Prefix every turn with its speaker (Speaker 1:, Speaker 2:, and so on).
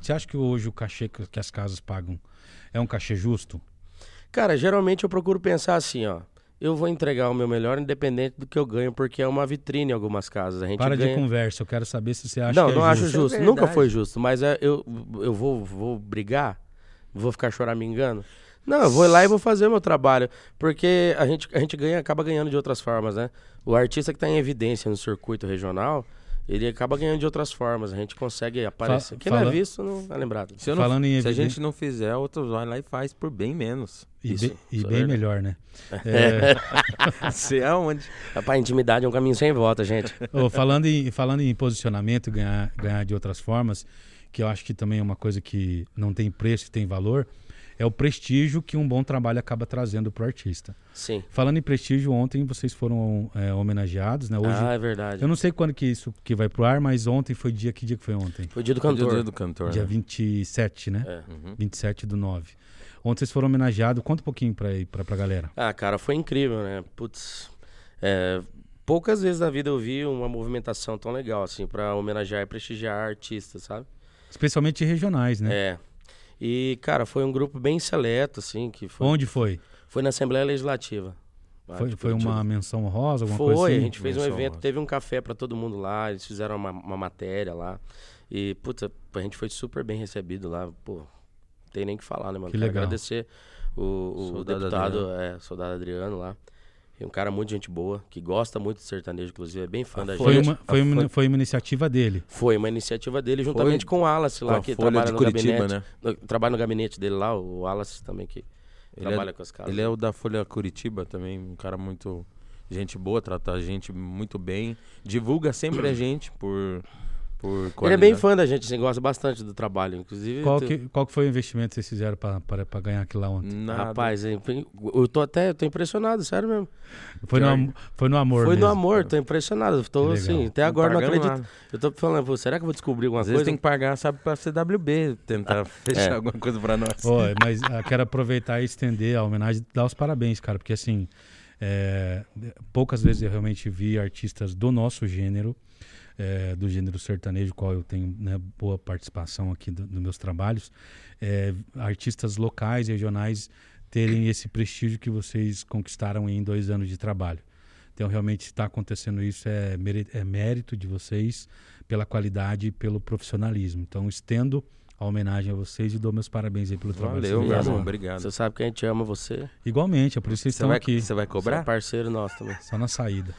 Speaker 1: Você acha que hoje o cachê que que as casas pagam é um cachê justo?
Speaker 2: Cara, geralmente eu procuro pensar assim, ó. Eu vou entregar o meu melhor independente do que eu ganho, porque é uma vitrine em algumas casas. A gente
Speaker 1: Para
Speaker 2: ganha...
Speaker 1: de conversa, eu quero saber se você acha
Speaker 2: Não,
Speaker 1: que é
Speaker 2: não acho
Speaker 1: justo.
Speaker 2: justo.
Speaker 3: É
Speaker 2: Nunca
Speaker 3: verdade.
Speaker 2: foi justo, mas é, eu, eu vou, vou brigar? Vou ficar choramingando? Não, eu vou lá e vou fazer o meu trabalho. Porque a gente, a gente ganha, acaba ganhando de outras formas, né? O artista que está em evidência no circuito regional, ele acaba ganhando de outras formas. A gente consegue aparecer. Quem não
Speaker 1: fala-
Speaker 2: é visto não é lembrado.
Speaker 3: Se, eu não-
Speaker 1: Falando em
Speaker 3: se a
Speaker 1: evidência-
Speaker 3: gente não fizer, outros vai lá e faz por bem menos.
Speaker 1: E,
Speaker 2: Isso,
Speaker 1: bem- e
Speaker 2: isso é
Speaker 1: bem
Speaker 2: verdade.
Speaker 1: melhor, né? É,
Speaker 3: Sei
Speaker 2: é
Speaker 3: aonde.
Speaker 2: Rapaz, intimidade é um caminho sem volta, gente.
Speaker 1: ô, falando, em, falando em posicionamento, ganhar, ganhar de outras formas, que eu acho que também é uma coisa que não tem preço e tem valor, é o prestígio que um bom trabalho acaba trazendo para o artista.
Speaker 2: Sim.
Speaker 1: Falando em prestígio, ontem vocês foram é, homenageados, né? Hoje,
Speaker 2: ah, é verdade.
Speaker 1: eu não sei quando que isso que vai pro ar, mas ontem foi dia, que dia que foi ontem?
Speaker 2: Foi o dia do
Speaker 3: Dia
Speaker 2: cantor.
Speaker 3: do- dia do cantor.
Speaker 1: Dia
Speaker 3: né?
Speaker 1: 27, né?
Speaker 2: É.
Speaker 1: 27 do 9. Ontem vocês foram homenageados, conta um pouquinho pra, aí- pra, pra galera.
Speaker 2: Ah, cara, foi incrível, né? Putz. é, poucas vezes na vida eu vi uma movimentação tão legal, assim, pra homenagear e prestigiar artistas, sabe?
Speaker 1: Especialmente regionais, né?
Speaker 2: É. E, cara, foi um grupo bem seleto, assim, que foi.
Speaker 1: Onde foi?
Speaker 2: Foi na Assembleia Legislativa. Tipo, lá
Speaker 1: Foi,
Speaker 2: de
Speaker 1: foi
Speaker 2: Curitiba.
Speaker 1: uma menção honrosa, alguma
Speaker 2: Foi,
Speaker 1: coisa assim?
Speaker 2: a gente fez um
Speaker 3: Menção
Speaker 2: evento,
Speaker 3: honrosa.
Speaker 2: teve um café pra todo mundo lá, eles fizeram uma, uma matéria lá. E, puta, a gente foi super bem recebido lá, pô. Não tem nem o que falar, né, mano?
Speaker 1: Que
Speaker 2: Quero
Speaker 1: legal.
Speaker 2: Agradecer o, o
Speaker 3: Soldado
Speaker 2: deputado, é, soldado Adriano lá. E um cara muito gente boa, que gosta muito de sertanejo, inclusive, é bem fã da
Speaker 1: Foi
Speaker 2: gente.
Speaker 1: uma, foi, uma,
Speaker 3: foi-
Speaker 1: foi uma iniciativa dele.
Speaker 2: Foi uma iniciativa dele juntamente
Speaker 3: Foi
Speaker 2: com o Wallace lá,
Speaker 3: com a
Speaker 2: que
Speaker 3: Folha
Speaker 2: trabalha
Speaker 3: de
Speaker 2: no
Speaker 3: Curitiba, né?
Speaker 2: gabinete. no- trabalha no gabinete dele lá, o Wallace também que
Speaker 3: Ele
Speaker 2: trabalha
Speaker 3: é-
Speaker 2: com as casas.
Speaker 3: Ele é o da Folha Curitiba também, um cara muito gente boa, trata a gente muito bem, divulga sempre a gente por por
Speaker 2: Ele é bem
Speaker 3: qualidade.
Speaker 2: fã da gente, assim, gosta bastante do trabalho, inclusive.
Speaker 1: Qual
Speaker 2: tu-
Speaker 1: que, qual que foi o investimento que vocês fizeram pra, pra, pra ganhar aquilo lá ontem?
Speaker 3: Nada.
Speaker 2: Rapaz, é impre- eu tô até, eu tô impressionado, sério mesmo.
Speaker 1: Foi no,
Speaker 3: pior.
Speaker 1: am- foi no amor
Speaker 2: Foi no
Speaker 1: mesmo.
Speaker 2: amor, tô impressionado. Tô
Speaker 1: legal.
Speaker 2: assim, até
Speaker 3: Não
Speaker 2: agora não,
Speaker 3: pagando
Speaker 2: acredito.
Speaker 3: nada.
Speaker 2: Eu tô falando, pô, será que eu vou descobrir alguma
Speaker 3: Às
Speaker 2: coisa? É.
Speaker 3: vezes tem que pagar, sabe, pra CWB tentar fechar alguma coisa pra nós.
Speaker 1: Ó, mas ah, quero aproveitar e estender a homenagem e dar os parabéns, cara, porque assim, é, poucas vezes eu realmente vi artistas do nosso gênero, é, do gênero sertanejo, qual eu tenho né, boa participação aqui do- dos meus trabalhos, é, artistas locais, regionais, terem esse prestígio que vocês conquistaram em dois anos de trabalho. Então, realmente, se está acontecendo isso, é, mere- é mérito de vocês pela qualidade e pelo profissionalismo. Então, estendo a homenagem a vocês e dou meus parabéns aí pelo trabalho.
Speaker 3: Valeu,
Speaker 1: que
Speaker 3: meu
Speaker 1: vocês
Speaker 3: irmão,
Speaker 1: fazem.
Speaker 3: obrigado.
Speaker 2: Você sabe que a gente ama você.
Speaker 1: Igualmente, é por isso que vocês
Speaker 3: Você
Speaker 1: estão
Speaker 3: vai,
Speaker 1: aqui.
Speaker 3: você vai
Speaker 2: Você é
Speaker 3: cobrar?
Speaker 2: parceiro nosso também.
Speaker 1: Só na saída.